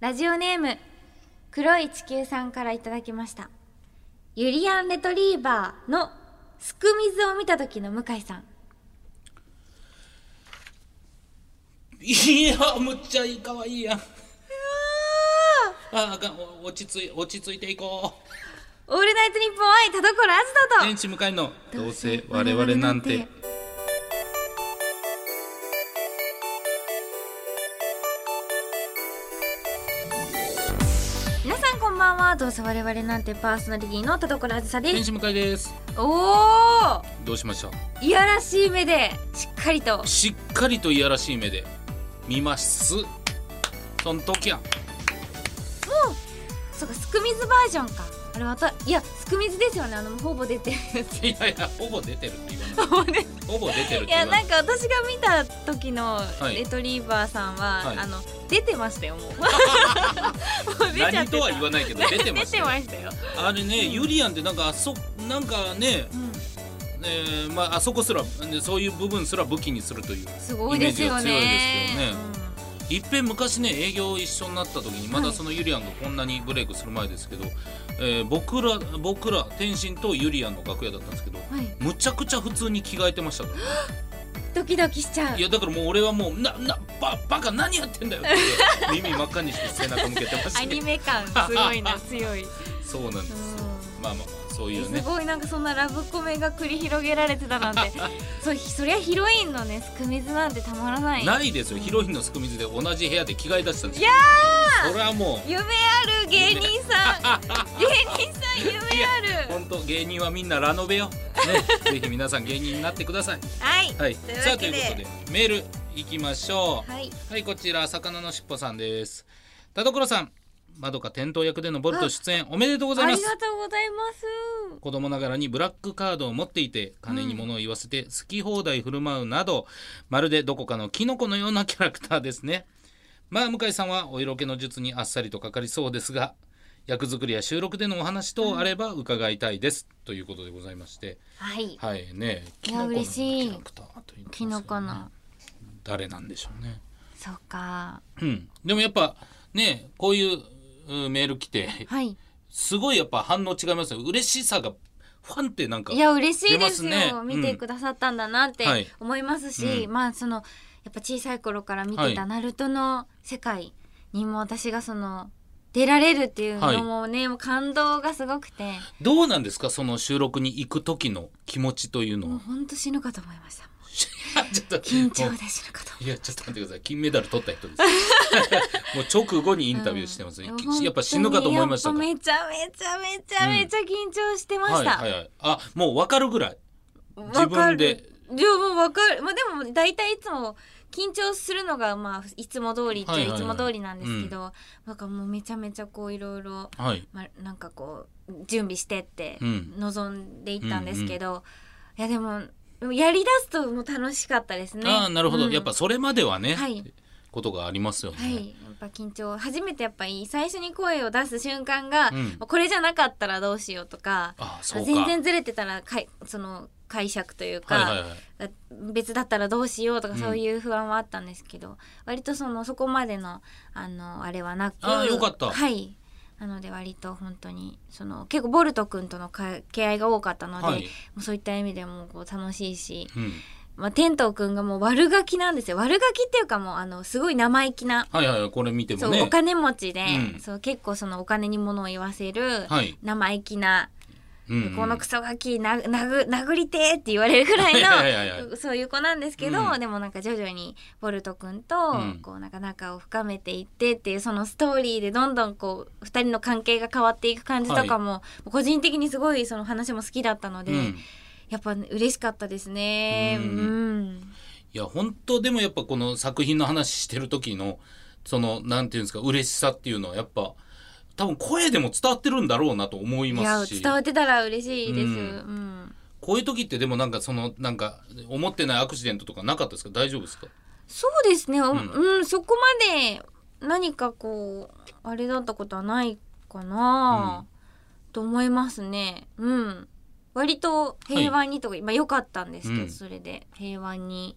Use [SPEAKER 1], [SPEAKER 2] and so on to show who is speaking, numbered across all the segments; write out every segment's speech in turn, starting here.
[SPEAKER 1] ラジオネーム黒い地球さんからいただきましたユリアンレトリーバーのすく水を見た時の向井さん
[SPEAKER 2] いやむっちゃいいかわいいやんああかんお落ち着い落ち着いていこ
[SPEAKER 1] オールナイトニッポン愛田所あ
[SPEAKER 2] う
[SPEAKER 1] ず
[SPEAKER 2] 天
[SPEAKER 1] だと
[SPEAKER 2] 使向かいのどうせ我々なんて
[SPEAKER 1] 皆さんこんばんはどうせ我々なんてパーソナリティの田所あずさで
[SPEAKER 2] 天
[SPEAKER 1] す
[SPEAKER 2] 使向かいです
[SPEAKER 1] おお
[SPEAKER 2] どうしました
[SPEAKER 1] いやらしい目でしっかりと
[SPEAKER 2] しっかりといやらしい目で見ますそん時やん
[SPEAKER 1] そうかすく水バージョンかあれまたいやすく水ですよねあのほぼ出て るやつ
[SPEAKER 2] いやいやほぼ出てるって言わ
[SPEAKER 1] ほぼ
[SPEAKER 2] ない
[SPEAKER 1] 出てる
[SPEAKER 2] ほぼ出てるって
[SPEAKER 1] い
[SPEAKER 2] 言
[SPEAKER 1] や
[SPEAKER 2] わな
[SPEAKER 1] ないんか私が見た時の
[SPEAKER 2] い
[SPEAKER 1] レトリーバーさんは、
[SPEAKER 2] はい
[SPEAKER 1] あの出てま したよもうもう出ちゃってた
[SPEAKER 2] 何とは言わないけど出てましたよ
[SPEAKER 1] 出てましたよ、
[SPEAKER 2] あれね、ユリアンってなんかあそなんかね、
[SPEAKER 1] うん、
[SPEAKER 2] えーまああそこすらねそういう部分すら武器にするという
[SPEAKER 1] すごいですよね
[SPEAKER 2] イメージが強いですけどねいっぺん昔ね営業一緒になった時にまだそのユリアンがこんなにブレイクする前ですけど、えー僕ら僕ら天心とユリアンの楽屋だったんですけど
[SPEAKER 1] うんはい、
[SPEAKER 2] むちゃくちゃ普通に着替えてましたから
[SPEAKER 1] ドキドキしちゃう
[SPEAKER 2] いやだからもう俺はもうななババカ何やってんだよって耳真っ赤にして背中向けてま
[SPEAKER 1] ア
[SPEAKER 2] し
[SPEAKER 1] ニ
[SPEAKER 2] て
[SPEAKER 1] メ感すごい な強い、うん
[SPEAKER 2] そうなんですよまあまあまあそういう
[SPEAKER 1] す
[SPEAKER 2] ね
[SPEAKER 1] ごいなんかそんなラブコメが繰り広げられてた なんてそうそりゃヒロインのねすく水なんてたまらない
[SPEAKER 2] ないですよヒロインのすく水で同じ部屋で着替え出したんですよそれはもう
[SPEAKER 1] 夢ある芸人さん芸人さん夢ある
[SPEAKER 2] 本当芸人はみんなラノベよ、ね、ぜひ皆さん芸人になってください。
[SPEAKER 1] はい
[SPEAKER 2] はい、
[SPEAKER 1] というわけで
[SPEAKER 2] さあということでメールいきましょう。は
[SPEAKER 1] はい
[SPEAKER 2] い、こちら魚のしっぽさんです。田所さん、まどか店頭役でのボルト出演おめでとうございま
[SPEAKER 1] あり
[SPEAKER 2] す
[SPEAKER 1] が。とうございます。
[SPEAKER 2] 子供ながらにブラックカードを持っていて金に物を言わせて好き放題振る舞うなど、まるでどこかのキノコのようなキャラクターですねまあ向井さんはお色気の術にあっさりとかかりそうですが役作りや収録でのお話等あれば伺いたいです、ということでございまして
[SPEAKER 1] はい。
[SPEAKER 2] はいね
[SPEAKER 1] い
[SPEAKER 2] キ
[SPEAKER 1] や
[SPEAKER 2] ノコの
[SPEAKER 1] 嬉しい
[SPEAKER 2] キャラクターということです
[SPEAKER 1] キ
[SPEAKER 2] よね
[SPEAKER 1] ノコの。
[SPEAKER 2] 誰なんでしょうね
[SPEAKER 1] そうか。
[SPEAKER 2] うんでもやっぱねこういううんメール来て
[SPEAKER 1] はい。
[SPEAKER 2] すごいやっぱ反応違いますよ嬉しさがファンってなんか
[SPEAKER 1] いや嬉しいですよ。
[SPEAKER 2] 出ますね
[SPEAKER 1] 見てくださったんだなって
[SPEAKER 2] うんはい
[SPEAKER 1] 思いますし、まあそのやっぱ小さい頃から見て
[SPEAKER 2] は
[SPEAKER 1] た
[SPEAKER 2] い
[SPEAKER 1] ナルトの世界にも私がその出られるっていうのもね、もう感動がすごくて、
[SPEAKER 2] どうなんですかその収録に行く時の気持ちというのは。
[SPEAKER 1] もう本当死ぬかと思いました。
[SPEAKER 2] ちょっと
[SPEAKER 1] 緊張
[SPEAKER 2] も
[SPEAKER 1] で死ぬかと思
[SPEAKER 2] ういやちょっと待ってください金メダル取った人です もう直後にインタビューしてま
[SPEAKER 1] い
[SPEAKER 2] す、ね
[SPEAKER 1] や本当に
[SPEAKER 2] やっぱ死ぬかと思いました
[SPEAKER 1] や
[SPEAKER 2] か
[SPEAKER 1] っぱめちゃめちゃめちゃめちゃ緊張してました。
[SPEAKER 2] はいはいはいあもう分かるぐらい自
[SPEAKER 1] わか
[SPEAKER 2] 分
[SPEAKER 1] る
[SPEAKER 2] で
[SPEAKER 1] いやもうわかるまあでも大体いつも緊張するのがまあいつも通りっちゃ
[SPEAKER 2] はいはい
[SPEAKER 1] い
[SPEAKER 2] はい
[SPEAKER 1] つも通りなんですけど、なんかもうめちゃめちゃこういろいろ
[SPEAKER 2] はい
[SPEAKER 1] まあなんかこう準備してって
[SPEAKER 2] うん
[SPEAKER 1] 望んでいったんですけど、いやでもでもやりだすともう楽しかったですね。
[SPEAKER 2] ああなるほど、
[SPEAKER 1] うん
[SPEAKER 2] やっぱそれまではね、
[SPEAKER 1] はい
[SPEAKER 2] ことがありますよね、
[SPEAKER 1] はい、やっぱ緊張初めてやっぱり最初に声を出す瞬間が、
[SPEAKER 2] うん
[SPEAKER 1] これじゃなかったらどうしようとか
[SPEAKER 2] あそうか
[SPEAKER 1] 全然ずれてたらかいその解釈というか、
[SPEAKER 2] はいはいはい
[SPEAKER 1] 別だったらどうしようとか
[SPEAKER 2] うん
[SPEAKER 1] そういう不安はあったんですけど、割とそのそこまでのあのあれはなく
[SPEAKER 2] あーよかった
[SPEAKER 1] はいなので割と本当にその結構ボルト君との掛け合いが多かったので、
[SPEAKER 2] はい
[SPEAKER 1] もうそういった意味でもこう楽しいし、
[SPEAKER 2] うん、
[SPEAKER 1] まあ、天斗君がもう悪ガキなんですよ悪ガキっていうかもうあのすごい生意気な
[SPEAKER 2] はいはいはいこれ見ても
[SPEAKER 1] そう、
[SPEAKER 2] ね
[SPEAKER 1] お金持ちで、
[SPEAKER 2] うん
[SPEAKER 1] そう結構そのお金に物を言わせる、
[SPEAKER 2] はい、
[SPEAKER 1] 生意気な、
[SPEAKER 2] うんうん
[SPEAKER 1] このクソガキな殴殴りてーって言われるくらいの
[SPEAKER 2] いやいやいやい
[SPEAKER 1] そういう子なんですけど、
[SPEAKER 2] うん
[SPEAKER 1] でもなんか徐々にボルト君と、
[SPEAKER 2] うん
[SPEAKER 1] こうなんか仲を深めていってっていうそのストーリーでどんどんこう2人の関係が変わっていく感じとかも、個人的にすごいその話も好きだったので、
[SPEAKER 2] うん
[SPEAKER 1] やっぱ嬉しかったですね。
[SPEAKER 2] う
[SPEAKER 1] うんん
[SPEAKER 2] いや本当でもやっぱこの作品の話してる時のそのなんていうんですか嬉しさっていうのはやっぱ多分声でも伝わってるんだろうなと思い
[SPEAKER 1] いや
[SPEAKER 2] ますし
[SPEAKER 1] 伝わってたら嬉しいです。
[SPEAKER 2] うん
[SPEAKER 1] うん
[SPEAKER 2] こういう時ってでもなんかそのなんか思ってないアクシデントとかなかったですか大丈夫ですか
[SPEAKER 1] そうですね、お
[SPEAKER 2] う
[SPEAKER 1] うんん、そこまで何かこうあれだったことはないかな、と思いますね。うん、割と平和にとか、まあ良かったんですけど、
[SPEAKER 2] うん
[SPEAKER 1] それで平和に。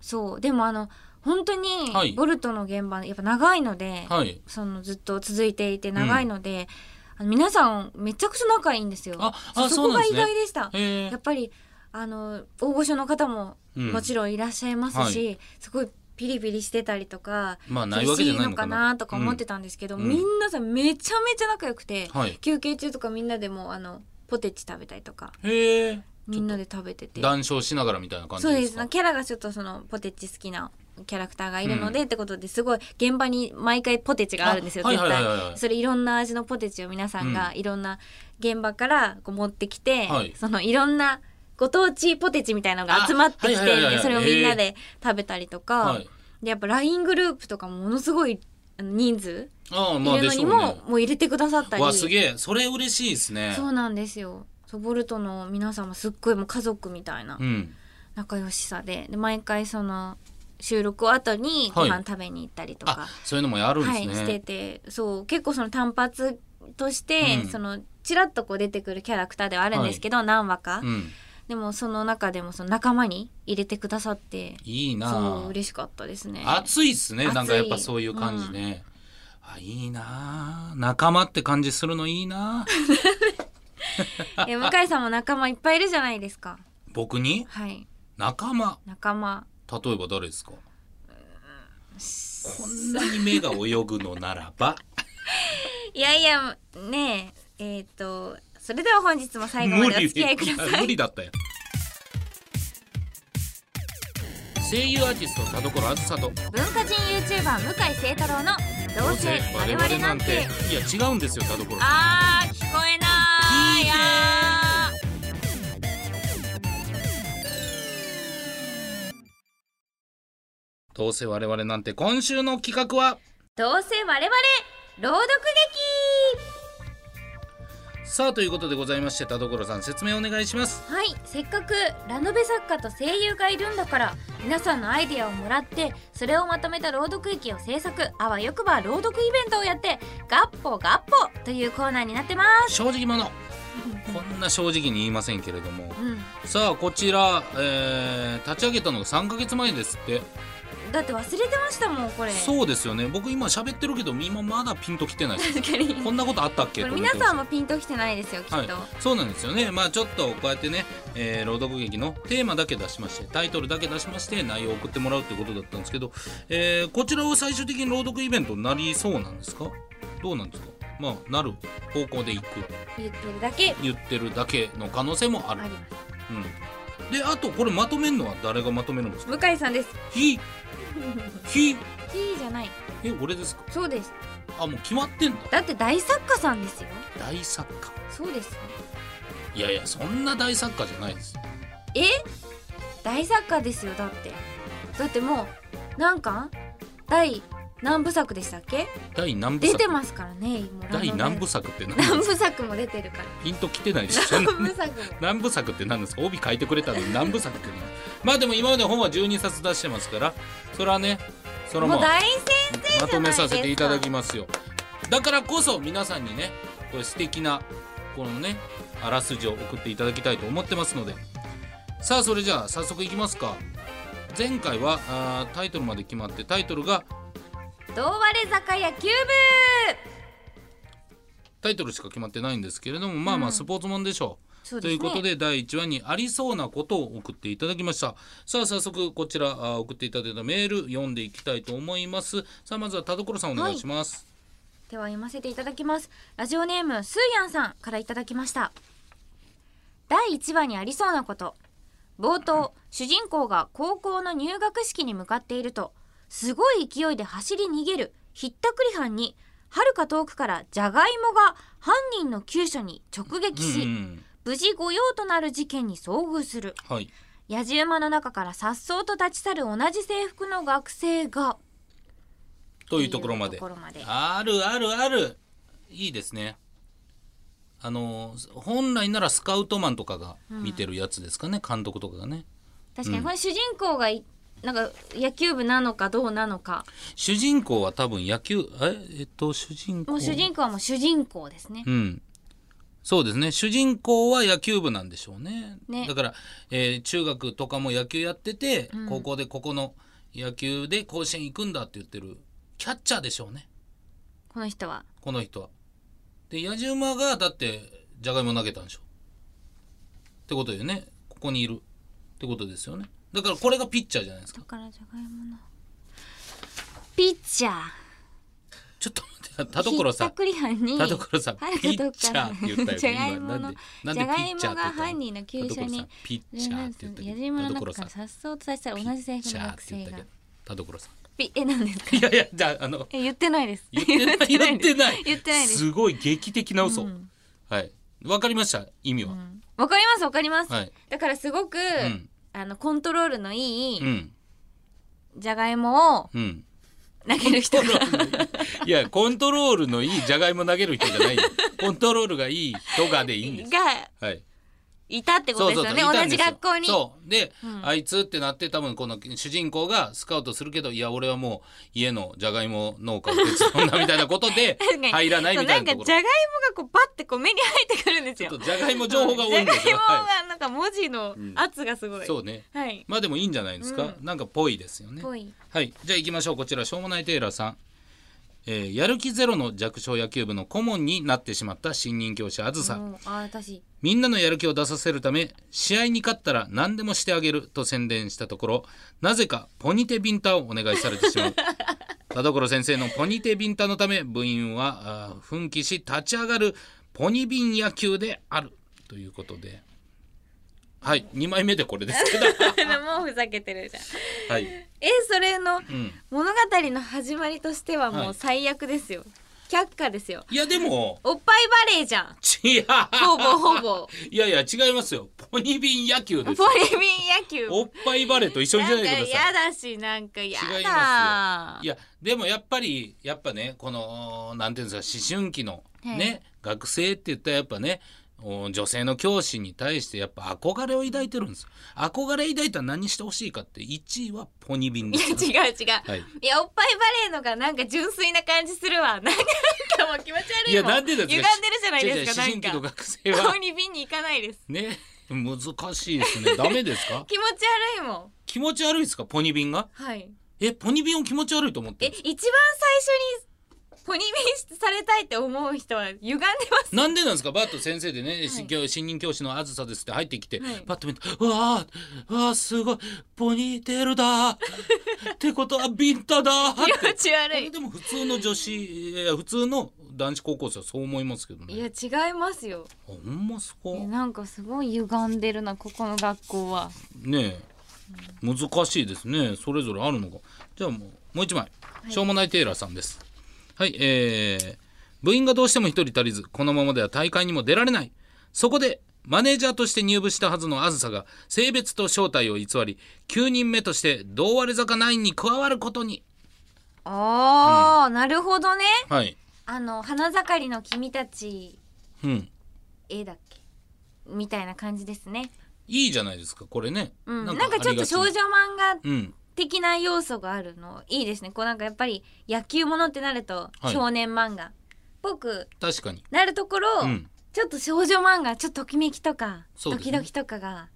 [SPEAKER 1] そうでもあの本当
[SPEAKER 2] は
[SPEAKER 1] に
[SPEAKER 2] い
[SPEAKER 1] ボルトの現場やっぱ長いので、
[SPEAKER 2] はい
[SPEAKER 1] そのずっと続いていて長いので、あの皆さんめちゃくちゃ仲いいんですよ。
[SPEAKER 2] ああ
[SPEAKER 1] そ
[SPEAKER 2] そう
[SPEAKER 1] こ
[SPEAKER 2] な
[SPEAKER 1] が
[SPEAKER 2] んで
[SPEAKER 1] 意
[SPEAKER 2] すね
[SPEAKER 1] 外でした。
[SPEAKER 2] へえ
[SPEAKER 1] やっぱりあの大御所の方も
[SPEAKER 2] うん
[SPEAKER 1] もちろんいらっしゃいますし、すごいピリピリしてたりとか
[SPEAKER 2] まあない
[SPEAKER 1] 厳
[SPEAKER 2] わけじ
[SPEAKER 1] し
[SPEAKER 2] ゃ
[SPEAKER 1] い
[SPEAKER 2] ない
[SPEAKER 1] の
[SPEAKER 2] の
[SPEAKER 1] か
[SPEAKER 2] かな
[SPEAKER 1] なとか思ってたんですけど、
[SPEAKER 2] うん
[SPEAKER 1] みんなさめちゃめちゃ仲良くて、
[SPEAKER 2] はい
[SPEAKER 1] 休憩中とかみんなでもうあのポテチ食べたりとか
[SPEAKER 2] へえ
[SPEAKER 1] みんなで食べてて
[SPEAKER 2] 談笑しながらみたいな感じ
[SPEAKER 1] そう
[SPEAKER 2] で
[SPEAKER 1] ですす
[SPEAKER 2] か
[SPEAKER 1] ねキャラがちょっとそのポテチ好きなキャラクターがいるので、ってことですごい現場に毎回ポテチがあるんですよ
[SPEAKER 2] あはい
[SPEAKER 1] 絶
[SPEAKER 2] はい
[SPEAKER 1] 対、
[SPEAKER 2] はいはい
[SPEAKER 1] それいろんな味のポテチを皆さんが
[SPEAKER 2] う
[SPEAKER 1] いろんな現場からこう持ってきて、
[SPEAKER 2] はい
[SPEAKER 1] そのいろんなご当地ポテチみたいなのが集まってきて、
[SPEAKER 2] あはいはいはいはい
[SPEAKER 1] それをみんなで食べたりとか、
[SPEAKER 2] はい
[SPEAKER 1] でやっぱ LINE グループとかもものすごいあの人数
[SPEAKER 2] ああ
[SPEAKER 1] い
[SPEAKER 2] まあ
[SPEAKER 1] る
[SPEAKER 2] で
[SPEAKER 1] の
[SPEAKER 2] し
[SPEAKER 1] に
[SPEAKER 2] ょう
[SPEAKER 1] も、
[SPEAKER 2] ね
[SPEAKER 1] もう入れてくださったり
[SPEAKER 2] わすげえそれ嬉しいですね
[SPEAKER 1] そうなんですよそうボルトの皆さんもすっごいもう家族みたいな
[SPEAKER 2] うん
[SPEAKER 1] 仲良しさでで毎回その収録後にご
[SPEAKER 2] はい
[SPEAKER 1] 飯食べに行ったりとか
[SPEAKER 2] あ、そういうのもやるんで
[SPEAKER 1] は
[SPEAKER 2] す
[SPEAKER 1] い
[SPEAKER 2] ね、
[SPEAKER 1] しててそう結構その単発として、
[SPEAKER 2] うん
[SPEAKER 1] そのちらっとこう出てくるキャラクターではあるんですけど、何話か、
[SPEAKER 2] うん
[SPEAKER 1] でもその中でもその仲間に入れてくださって
[SPEAKER 2] いい
[SPEAKER 1] そう
[SPEAKER 2] な
[SPEAKER 1] 嬉しかったですね。
[SPEAKER 2] 暑いっすね
[SPEAKER 1] 暑い
[SPEAKER 2] なんかやっぱそういう感じね、あいいなあ仲間って感じするのいいなあ
[SPEAKER 1] え向井さんも仲間いっぱいいるじゃないですか。
[SPEAKER 2] 僕に
[SPEAKER 1] はい
[SPEAKER 2] 仲間
[SPEAKER 1] 仲間
[SPEAKER 2] 例えば誰ですかこんなに目が泳ぐのならば
[SPEAKER 1] いやいやねええっ、とそれでは本日も 最後までお付き合いくださ
[SPEAKER 2] 無
[SPEAKER 1] い。
[SPEAKER 2] 理だったよ声優アーティスト田所あずさと
[SPEAKER 1] 文化人 YouTuber 向井聖太郎の「どうせ我々なんて
[SPEAKER 2] いや違うんですよ田所」
[SPEAKER 1] あー聞こえない
[SPEAKER 2] いいね
[SPEAKER 1] や
[SPEAKER 2] どうせ我々なんて今週の企画は
[SPEAKER 1] ーどうせ我々朗読劇
[SPEAKER 2] さあということでございまして田所さん説明お願いします
[SPEAKER 1] はいせっかくラノベ作家と声優がいるんだから皆さんのアイデアをもらってそれをまとめた朗読劇を制作あわよくば朗読イベントをやってガッポガッポというコーナーになってます
[SPEAKER 2] 正直者こんな正直に言いませんけれども
[SPEAKER 1] うん
[SPEAKER 2] さあこちら、えー立ち上げたのが3ヶ月前ですって
[SPEAKER 1] だって忘れてましたもんこれ
[SPEAKER 2] そうですよね僕今喋ってるけど今まだピンときてないです
[SPEAKER 1] 確かに
[SPEAKER 2] こんなことあったっけ
[SPEAKER 1] これ
[SPEAKER 2] と思っ
[SPEAKER 1] 皆
[SPEAKER 2] てま
[SPEAKER 1] さ
[SPEAKER 2] す
[SPEAKER 1] んもピンときてないですよきっと、
[SPEAKER 2] はい、そうなんですよねまあちょっとこうやってね、えー朗読劇のテーマだけ出しましてタイトルだけ出しまして内容を送ってもらうってことだったんですけど、えーこちらを最終的に朗読イベントになりそうなんですかどうなんですかまあなる方向でいく
[SPEAKER 1] 言ってるだけ
[SPEAKER 2] 言ってるだけの可能性もあ
[SPEAKER 1] あ
[SPEAKER 2] る、
[SPEAKER 1] ります
[SPEAKER 2] うん、であとこれまとめるのは誰がまとめるんですか
[SPEAKER 1] 向井さんです。
[SPEAKER 2] ひひ
[SPEAKER 1] キーじゃ ない。
[SPEAKER 2] え俺ですか
[SPEAKER 1] そうです。
[SPEAKER 2] あもう決まってんだ
[SPEAKER 1] だって大作家さんですよ。
[SPEAKER 2] 大作家
[SPEAKER 1] そうです。
[SPEAKER 2] いやいやそんな大作家じゃないです
[SPEAKER 1] え？大作家ですよ。だって。だってもう何巻？第何部作でしたっけ？
[SPEAKER 2] 第何部
[SPEAKER 1] 出
[SPEAKER 2] 作
[SPEAKER 1] てますからね。もう
[SPEAKER 2] 第何部
[SPEAKER 1] 作？
[SPEAKER 2] 作って何
[SPEAKER 1] 何部作も出てるから。
[SPEAKER 2] ピンときてないですよ
[SPEAKER 1] 何部作も。
[SPEAKER 2] 何部作って何ですか帯書いてくれたのに何部作って何まあでも今まで本は12冊出してますからそれはねそれは
[SPEAKER 1] もう
[SPEAKER 2] まあ
[SPEAKER 1] 大先生じゃない
[SPEAKER 2] ま
[SPEAKER 1] ですか。
[SPEAKER 2] とめさせていただきますよだからこそ皆さんにねこれ素敵なこのねあらすじを送っていただきたいと思ってますのでさあそれじゃあ早速いきますか前回はあータイトルまで決まってタイトルが
[SPEAKER 1] どうわれ酒屋球部。
[SPEAKER 2] タイトルしか決まってないんですけれどもまあまあスポーツもんでしょう、
[SPEAKER 1] そう
[SPEAKER 2] と
[SPEAKER 1] です
[SPEAKER 2] い
[SPEAKER 1] ね。
[SPEAKER 2] うことで第1話にありそうなことを送っていただきましたさあ早速こちらあ送っていただいたメール読んでいきたいと思いますさあまずは田所さんお願いします、
[SPEAKER 1] では読ませていただきますラジオネームスーヤンさんからいただきました第1話にありそうなこと冒頭主人公が高校の入学式に向かっているとすごい勢いで走り逃げるひったくり犯に遥か遠くからジャガイモが犯人の急所に直撃し、
[SPEAKER 2] うんうん
[SPEAKER 1] 無事御用となる事件に遭遇する
[SPEAKER 2] はい
[SPEAKER 1] 野じ馬の中から颯爽と立ち去る同じ制服の学生が
[SPEAKER 2] というところま
[SPEAKER 1] とい
[SPEAKER 2] で
[SPEAKER 1] うところまで
[SPEAKER 2] あるあるあるいいですねあの本来ならスカウトマンとかが見てるやつですかね、監督とかがね
[SPEAKER 1] 確かにこれ主人公がいなんか野球部なのかどうなのか
[SPEAKER 2] 主人公は多分野球ええっと主人公
[SPEAKER 1] もう主人公はもう主人公ですね
[SPEAKER 2] うん。そうですね。主人公は野球部なんでしょうね。
[SPEAKER 1] ね
[SPEAKER 2] だから、えー中学とかも野球やってて、高校でここの野球で甲子園行くんだって言ってるキャッチャーでしょうね
[SPEAKER 1] この人は
[SPEAKER 2] この人は。で野じ馬がだってじゃがいも投げたんでしょ。ってことでねここにいるってことですよね。だからこれがピッチャーじゃないですか
[SPEAKER 1] だ。からじゃがいものピッチャー
[SPEAKER 2] ちょっと待って田所
[SPEAKER 1] ひ
[SPEAKER 2] さん
[SPEAKER 1] った。くり犯に
[SPEAKER 2] 田所さん
[SPEAKER 1] はる
[SPEAKER 2] ピ
[SPEAKER 1] かど
[SPEAKER 2] ッ
[SPEAKER 1] っ
[SPEAKER 2] チ
[SPEAKER 1] か
[SPEAKER 2] ャー
[SPEAKER 1] ら
[SPEAKER 2] って言ったよ
[SPEAKER 1] じゃがい
[SPEAKER 2] 今
[SPEAKER 1] も
[SPEAKER 2] な
[SPEAKER 1] の
[SPEAKER 2] んでなん
[SPEAKER 1] じ
[SPEAKER 2] で
[SPEAKER 1] ゃ
[SPEAKER 2] ピ
[SPEAKER 1] がい
[SPEAKER 2] ッ
[SPEAKER 1] も
[SPEAKER 2] チャー
[SPEAKER 1] が
[SPEAKER 2] って言った
[SPEAKER 1] 犯人の急所
[SPEAKER 2] 田所さ
[SPEAKER 1] に
[SPEAKER 2] んピッチャーって言ったけ
[SPEAKER 1] 矢
[SPEAKER 2] ど
[SPEAKER 1] 島の
[SPEAKER 2] 田
[SPEAKER 1] 中
[SPEAKER 2] 所
[SPEAKER 1] か
[SPEAKER 2] さん
[SPEAKER 1] らさっそうとさせたら同じ制服の学生が
[SPEAKER 2] 田所さん
[SPEAKER 1] ピえなん ですか
[SPEAKER 2] いやいやじゃああの
[SPEAKER 1] え言ってないです
[SPEAKER 2] 言ってない言ってな い
[SPEAKER 1] 言ってないです
[SPEAKER 2] すごい劇的な嘘、
[SPEAKER 1] うん
[SPEAKER 2] はいわかりました意味は、
[SPEAKER 1] うんわかりますわかります、
[SPEAKER 2] はい
[SPEAKER 1] だからすごく、
[SPEAKER 2] ん
[SPEAKER 1] あのコントロールのい
[SPEAKER 2] うん
[SPEAKER 1] い
[SPEAKER 2] うん、
[SPEAKER 1] じゃがいもを投げる人が、
[SPEAKER 2] いやコントロールのいいじゃがいも投げる人じゃないよコントロールがいい人がでいいんです
[SPEAKER 1] が
[SPEAKER 2] はい
[SPEAKER 1] いたってことですよね
[SPEAKER 2] いたん
[SPEAKER 1] 同じ
[SPEAKER 2] ですよ
[SPEAKER 1] 学校に
[SPEAKER 2] そうで、あいつってなって多分この主人公がスカウトするけどいや俺はもう家のじゃがいも農家を手伝うんだみたいなこ とで
[SPEAKER 1] 確かに
[SPEAKER 2] 入らないみたいな
[SPEAKER 1] そ
[SPEAKER 2] と
[SPEAKER 1] う
[SPEAKER 2] こ
[SPEAKER 1] んかじ
[SPEAKER 2] ろ
[SPEAKER 1] ゃがいもがこうバッてこう目に入ってくるんです
[SPEAKER 2] ちょ
[SPEAKER 1] よ
[SPEAKER 2] っとじゃがいも情報が多いんです
[SPEAKER 1] じゃ
[SPEAKER 2] よ、
[SPEAKER 1] がいも
[SPEAKER 2] は
[SPEAKER 1] がなんか文字の圧がすごい、
[SPEAKER 2] い、そうね
[SPEAKER 1] はい
[SPEAKER 2] まあでもいいんじゃないですか、なんかぽいですよね
[SPEAKER 1] ぽい
[SPEAKER 2] はいじゃあ行きましょうこちらしょうもないテイラーさん、えーやる気ゼロの弱小野球部の顧問になってしまった新任教師あずさ、
[SPEAKER 1] うんあ私
[SPEAKER 2] みんなのやる気を出させるため試合に勝ったら何でもしてあげると宣伝したところなぜかポニテビンタをお願いされてし まう田所先生のポニテビンタのため部員はあー奮起し立ち上がるポニビン野球であるということではい2枚目でこれです けど
[SPEAKER 1] もうふざけてるじゃん
[SPEAKER 2] はい、
[SPEAKER 1] えそれの
[SPEAKER 2] うん、
[SPEAKER 1] 物語の始まりとしてはも
[SPEAKER 2] は
[SPEAKER 1] う
[SPEAKER 2] い
[SPEAKER 1] 最悪ですよ、却下ですよ
[SPEAKER 2] いやでも
[SPEAKER 1] おっぱいバレーじゃん
[SPEAKER 2] 違う
[SPEAKER 1] ほぼほぼ
[SPEAKER 2] いやいや違いますよポニビン野球
[SPEAKER 1] ポ
[SPEAKER 2] で
[SPEAKER 1] リ
[SPEAKER 2] すよ
[SPEAKER 1] ミン野球
[SPEAKER 2] おっぱいバレーと一緒にし
[SPEAKER 1] な
[SPEAKER 2] なんい
[SPEAKER 1] か
[SPEAKER 2] でください
[SPEAKER 1] 嫌だしなんか嫌
[SPEAKER 2] 違い
[SPEAKER 1] だ
[SPEAKER 2] いやでもやっぱりやっぱねこのなんていうんですか思春期の
[SPEAKER 1] はい
[SPEAKER 2] ね、学生って言ったらやっぱねお女性の教師に対してやっぱ憧れを抱いてるんですよ憧れ抱いたら何してほしいかって1位はポニビン ですよ
[SPEAKER 1] いや違う違う、
[SPEAKER 2] はい
[SPEAKER 1] いやおっぱいバレーのがなんか純粋な感じするわなんか なんかもう気持ち悪いもん
[SPEAKER 2] いやなんでですか
[SPEAKER 1] 歪んでるじゃないですか
[SPEAKER 2] 違う違う
[SPEAKER 1] な
[SPEAKER 2] 思
[SPEAKER 1] ん
[SPEAKER 2] 春期の
[SPEAKER 1] か
[SPEAKER 2] 学生
[SPEAKER 1] こ
[SPEAKER 2] は
[SPEAKER 1] こに瓶に行かないです
[SPEAKER 2] ね難しいですねダメですか
[SPEAKER 1] 気持ち悪いもん
[SPEAKER 2] 気持ち悪いですかポニビンが
[SPEAKER 1] はい
[SPEAKER 2] えポニビンを気持ち悪いと思って
[SPEAKER 1] え
[SPEAKER 2] るんで
[SPEAKER 1] 一番最初にポニビンされたいって思う人は歪んでます
[SPEAKER 2] すなんでなんですかバッと先生でね、し教新任教師のあずさですって入ってきて、
[SPEAKER 1] はい
[SPEAKER 2] バッと見て「うわーうわーすごいポニーテールだ ーってことはビンタだー」っ
[SPEAKER 1] 気持
[SPEAKER 2] て
[SPEAKER 1] ち
[SPEAKER 2] こ
[SPEAKER 1] 悪
[SPEAKER 2] れ
[SPEAKER 1] い
[SPEAKER 2] でも普通の女子いや普通の男子高校生はそう思いますけど
[SPEAKER 1] いや
[SPEAKER 2] ね
[SPEAKER 1] 違いますよ
[SPEAKER 2] あほんまそ
[SPEAKER 1] え
[SPEAKER 2] こ
[SPEAKER 1] なんかすごい歪んでるなここの学校は
[SPEAKER 2] ねえ難しいですねそれぞれあるのかじゃあもうもう一枚、しょうもないテイラーさんですはいえー、部員がどうしても一人足りずこのままでは大会にも出られないそこでマネージャーとして入部したはずのあずさが性別と正体を偽り9人目として同割れ坂9に加わることに
[SPEAKER 1] あー、なるほどね
[SPEAKER 2] はい
[SPEAKER 1] あの花盛りの君たち
[SPEAKER 2] うん
[SPEAKER 1] 絵だっけみたいな感じですね、
[SPEAKER 2] いいじゃないですかこれね、
[SPEAKER 1] うん、なんかちょっと少
[SPEAKER 2] あ
[SPEAKER 1] 女
[SPEAKER 2] りがち
[SPEAKER 1] 漫画
[SPEAKER 2] なうん
[SPEAKER 1] 的な要素があるのいいですねこうなんかやっぱり野球ものってなると
[SPEAKER 2] はい
[SPEAKER 1] 少年漫画っぽく
[SPEAKER 2] 確かに
[SPEAKER 1] なるところ、
[SPEAKER 2] うん
[SPEAKER 1] ちょっと少女漫画ちょっとときめきとか、
[SPEAKER 2] そう
[SPEAKER 1] ド
[SPEAKER 2] です
[SPEAKER 1] キ
[SPEAKER 2] ね
[SPEAKER 1] ドキとかが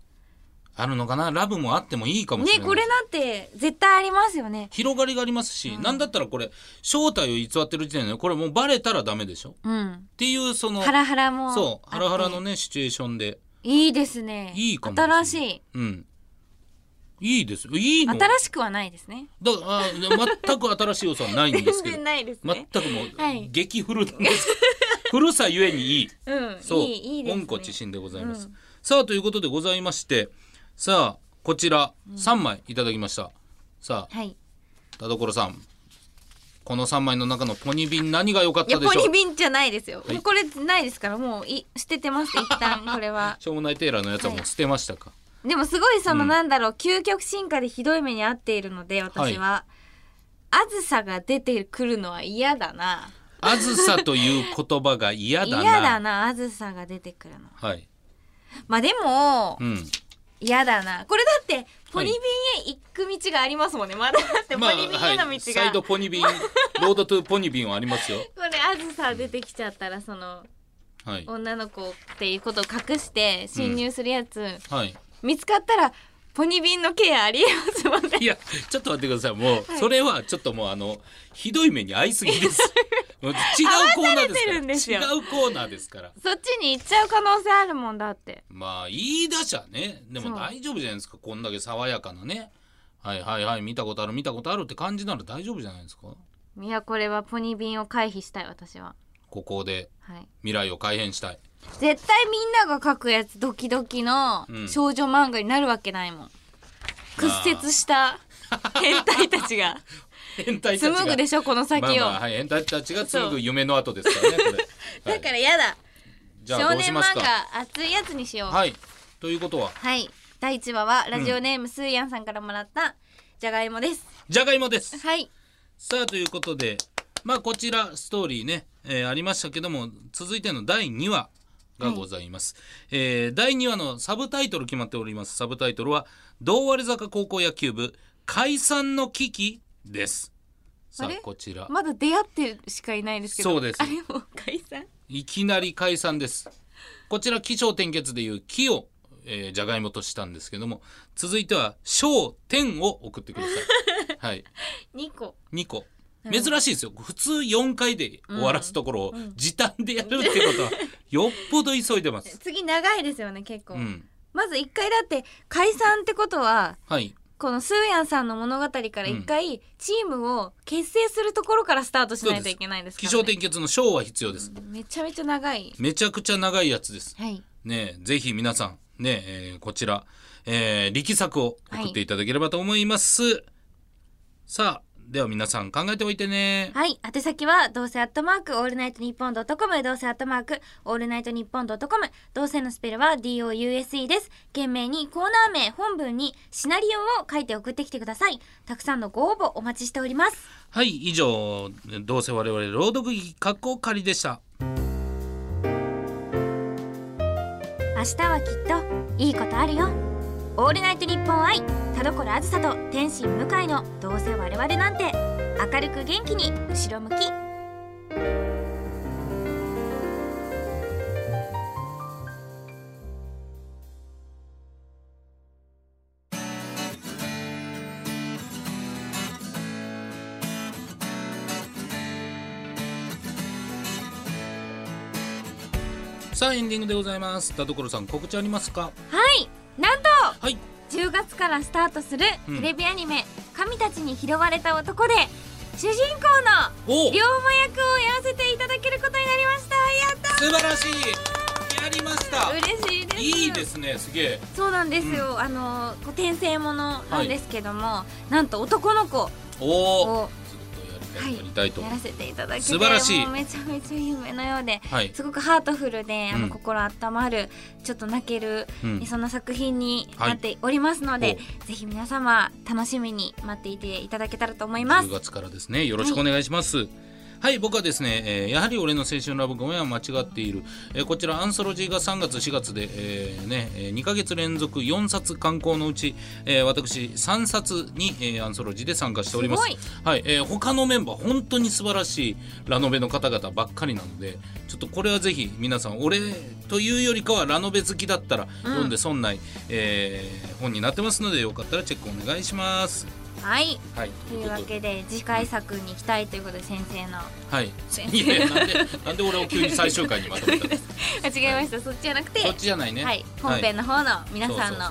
[SPEAKER 2] あるのかなラブもあってもいいかもしれ
[SPEAKER 1] ね
[SPEAKER 2] ない
[SPEAKER 1] これなんて絶対ありますよね
[SPEAKER 2] 広がりがありますし、なんだったらこれ正体を偽ってる時点でこれもうバレたらダメでしょっ
[SPEAKER 1] うん
[SPEAKER 2] ていうその
[SPEAKER 1] ハラハラも
[SPEAKER 2] そう
[SPEAKER 1] あっ
[SPEAKER 2] ハ
[SPEAKER 1] て
[SPEAKER 2] ラハラのねシチュエーションで
[SPEAKER 1] いいですね
[SPEAKER 2] いいかもしれな
[SPEAKER 1] 新
[SPEAKER 2] い
[SPEAKER 1] しい
[SPEAKER 2] うんいいですいいの
[SPEAKER 1] 新しくはないですね
[SPEAKER 2] だあ全く新しい要素はないんで すけど
[SPEAKER 1] ないです
[SPEAKER 2] 全くもう、
[SPEAKER 1] はい
[SPEAKER 2] 激古なんです 古さゆえにいい
[SPEAKER 1] うん
[SPEAKER 2] そう
[SPEAKER 1] いいいいですね
[SPEAKER 2] 温故知新でございます、
[SPEAKER 1] うん
[SPEAKER 2] さあということでございましてさあこちら3枚いただきました、さあ
[SPEAKER 1] はい
[SPEAKER 2] 田所さんこの3枚の中のポニビン何が良かっ
[SPEAKER 1] いや
[SPEAKER 2] たで
[SPEAKER 1] ポ
[SPEAKER 2] しょ
[SPEAKER 1] ニ
[SPEAKER 2] う
[SPEAKER 1] ビンじゃないですよ、
[SPEAKER 2] い
[SPEAKER 1] もうこれないですからもうい捨ててます一旦これは
[SPEAKER 2] しょうもないテーラーのやつはもう捨てましたか、
[SPEAKER 1] でもすごいその
[SPEAKER 2] うん
[SPEAKER 1] なんだろう、究極進化でひどい目に遭っているので私は、あずさが出てくるのは嫌だな
[SPEAKER 2] あずさという言葉が嫌だ
[SPEAKER 1] 嫌
[SPEAKER 2] な
[SPEAKER 1] だなあずさが出てくるの
[SPEAKER 2] はい
[SPEAKER 1] まあでも
[SPEAKER 2] うん
[SPEAKER 1] 嫌だなこれだってポニビンへ行く道がありますもんねまだだってポ
[SPEAKER 2] まあ
[SPEAKER 1] ニビンへの道が、
[SPEAKER 2] はい、サイドポニビンロードトゥポニビンはありますよ
[SPEAKER 1] これあずさ出てきちゃったらその
[SPEAKER 2] はい
[SPEAKER 1] 女の子っていうことを隠して侵入するやつ、
[SPEAKER 2] はい
[SPEAKER 1] 見つかったらポニビンのケアありえますもんね
[SPEAKER 2] いやちょっと待ってくださいもう、それはちょっともうあのひどい目に遭いす ぎですもう違うコーナー
[SPEAKER 1] 合わされてるんで
[SPEAKER 2] で
[SPEAKER 1] すす
[SPEAKER 2] か
[SPEAKER 1] よ
[SPEAKER 2] ら違うコーナーですから
[SPEAKER 1] そっちに行っちゃう可能性あるもんだって
[SPEAKER 2] まあ言い出しゃねで
[SPEAKER 1] そ
[SPEAKER 2] も
[SPEAKER 1] う
[SPEAKER 2] 大丈夫じゃないですかこんだけ爽やかなねはいはいはい見たことある見たことあるって感じなら大丈夫じゃないですか
[SPEAKER 1] いやこれはポニビンを回避したい私は
[SPEAKER 2] ここで
[SPEAKER 1] はい
[SPEAKER 2] 未来を改変し たい
[SPEAKER 1] 絶対みんなが書くやつドキドキの
[SPEAKER 2] うん
[SPEAKER 1] 少女漫画になるわけないもん、屈折した変態たちが
[SPEAKER 2] 変態たちが
[SPEAKER 1] 紡ぐでしょこの先を、
[SPEAKER 2] まあまあはい、変態たちが紡ぐ夢の後ですからねこ れ、はい
[SPEAKER 1] だからやだ
[SPEAKER 2] じゃ
[SPEAKER 1] 少
[SPEAKER 2] あどうし
[SPEAKER 1] 年
[SPEAKER 2] ます
[SPEAKER 1] 漫
[SPEAKER 2] か
[SPEAKER 1] 画熱いやつにしようはい、
[SPEAKER 2] はいということは
[SPEAKER 1] 第1話はラジオネーム、スーヤンさんからもらったじゃがいもです
[SPEAKER 2] じゃがいもです
[SPEAKER 1] はい
[SPEAKER 2] さあということでまあこちらストーリーね、えーありましたけども続いての第2話がございます、えー第2話のサブタイトル決まっておりますサブタイトルは「同割坂高校野球部解散の危機」です
[SPEAKER 1] あ
[SPEAKER 2] さあ
[SPEAKER 1] れ
[SPEAKER 2] こちら
[SPEAKER 1] まだ出会ってるしかいないですけど
[SPEAKER 2] そうです
[SPEAKER 1] あれもう解散
[SPEAKER 2] いきなり解散ですこちら起承転結でいう「木」をえーじゃがいもとしたんですけども続いては「小」「天」を送ってくだ さいはい
[SPEAKER 1] 2個
[SPEAKER 2] 2個
[SPEAKER 1] うん
[SPEAKER 2] 珍しいですよ普通4回で終わらすところを
[SPEAKER 1] うんうん
[SPEAKER 2] 時短でやるってことはよっぽど急いでます。
[SPEAKER 1] 次長いですよね結構、
[SPEAKER 2] うん、
[SPEAKER 1] まず1回だって解散ってことは
[SPEAKER 2] はい
[SPEAKER 1] このスーヤンさんの物語から一回チームを結成するところからスタートしないといけないですか
[SPEAKER 2] 起
[SPEAKER 1] ら、
[SPEAKER 2] 承
[SPEAKER 1] ね、
[SPEAKER 2] 転結の章は必要です。
[SPEAKER 1] めちゃめちゃ長い
[SPEAKER 2] めちゃくちゃ長いやつです。
[SPEAKER 1] はい
[SPEAKER 2] ねえぜひ皆さんねえーこちら、えー力作を送っていただければと思います。さあでは皆さん考えておいてね。
[SPEAKER 1] はい宛先はどうせアットマークオールナイトニッポンドットコムどうせアットマークオールナイトニッポンドットコムどうせのスペルは DOUSE です件名にコーナー名本文にシナリオを書いて送ってきてくださいたくさんのご応募お待ちしております
[SPEAKER 2] はい以上どうせ我々朗読劇かっこ仮でした。
[SPEAKER 1] 明日はきっといいことあるよオールナイトニッポン愛田所あずさと天心向井のどうせ我々なんて明るく元気に後ろ向き
[SPEAKER 2] さあエンディングでございます。田所さん告知ありますか。
[SPEAKER 1] はいなんと
[SPEAKER 2] はい
[SPEAKER 1] 10月からスタートする
[SPEAKER 2] うん
[SPEAKER 1] テレビアニメ「神たちに拾われた男」で主人公の
[SPEAKER 2] おう
[SPEAKER 1] 龍馬役をやらせていただけることになりましたやった
[SPEAKER 2] 素晴らしいやりました
[SPEAKER 1] 嬉しいです
[SPEAKER 2] いいですねすげえ
[SPEAKER 1] そうなんですよ、あのこう転生ものなんですけども、なんと男の子
[SPEAKER 2] おお
[SPEAKER 1] を
[SPEAKER 2] ずっとやりたい、やりたいと
[SPEAKER 1] やらせていただけて
[SPEAKER 2] 素晴らしい
[SPEAKER 1] もうめちゃめちゃ夢のようで
[SPEAKER 2] はい、
[SPEAKER 1] すごくハートフルで、あ
[SPEAKER 2] うん
[SPEAKER 1] の心温まるちょっと泣ける、
[SPEAKER 2] うん
[SPEAKER 1] そんな作品になっておりますので、ぜひ皆様楽しみに待っていていただけたらと思います
[SPEAKER 2] 10。月からですねよろしくお願いします、はい僕はですね、えーやはり俺の青春ラブコメは間違っている、えーこちらアンソロジーが3月4月で、えーね、えー2ヶ月連続4冊刊行のうち、えー私3冊に、えーアンソロジーで参加しております
[SPEAKER 1] すごい
[SPEAKER 2] はいえー他のメンバー本当に素晴らしいラノベの方々ばっかりなのでちょっとこれはぜひ皆さん俺というよりかはラノベ好きだったら読んで損ない、えー本になってますのでよかったらチェックお願いします。
[SPEAKER 1] はい
[SPEAKER 2] はい、
[SPEAKER 1] というわけで次回作に行きたいということで先生の
[SPEAKER 2] はい。
[SPEAKER 1] 先生
[SPEAKER 2] いやいやなんでなんで俺を急に最終回にまとめたの
[SPEAKER 1] あ違いました、そっちじゃなくて
[SPEAKER 2] そっちじゃないね。
[SPEAKER 1] はい、本編の方の皆さんの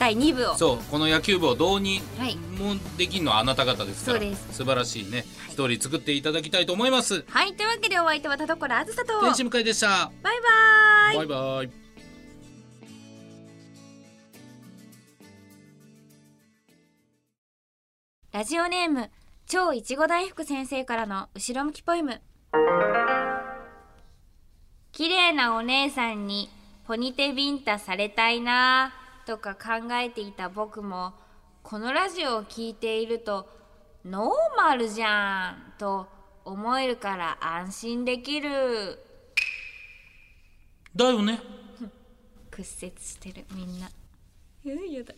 [SPEAKER 1] 第2部を
[SPEAKER 2] そうこの野球部をどうに
[SPEAKER 1] はい
[SPEAKER 2] もできんのはあなた方ですから
[SPEAKER 1] そうです
[SPEAKER 2] 素晴らしいね、
[SPEAKER 1] はい
[SPEAKER 2] ストーリー作っていただきたいと思います。
[SPEAKER 1] はいというわけでお相手は田所あずさとバ
[SPEAKER 2] 天
[SPEAKER 1] イ
[SPEAKER 2] 使向井でした。
[SPEAKER 1] バイ
[SPEAKER 2] バイバイ。
[SPEAKER 1] ラジオネーム超いちご大福先生からの後ろ向きポエム綺麗なお姉さんにポニテビンタされたいなぁとか考えていた僕もこのラジオを聞いているとノーマルじゃんと思えるから安心できる
[SPEAKER 2] だよね。
[SPEAKER 1] 屈折してるみんなやだ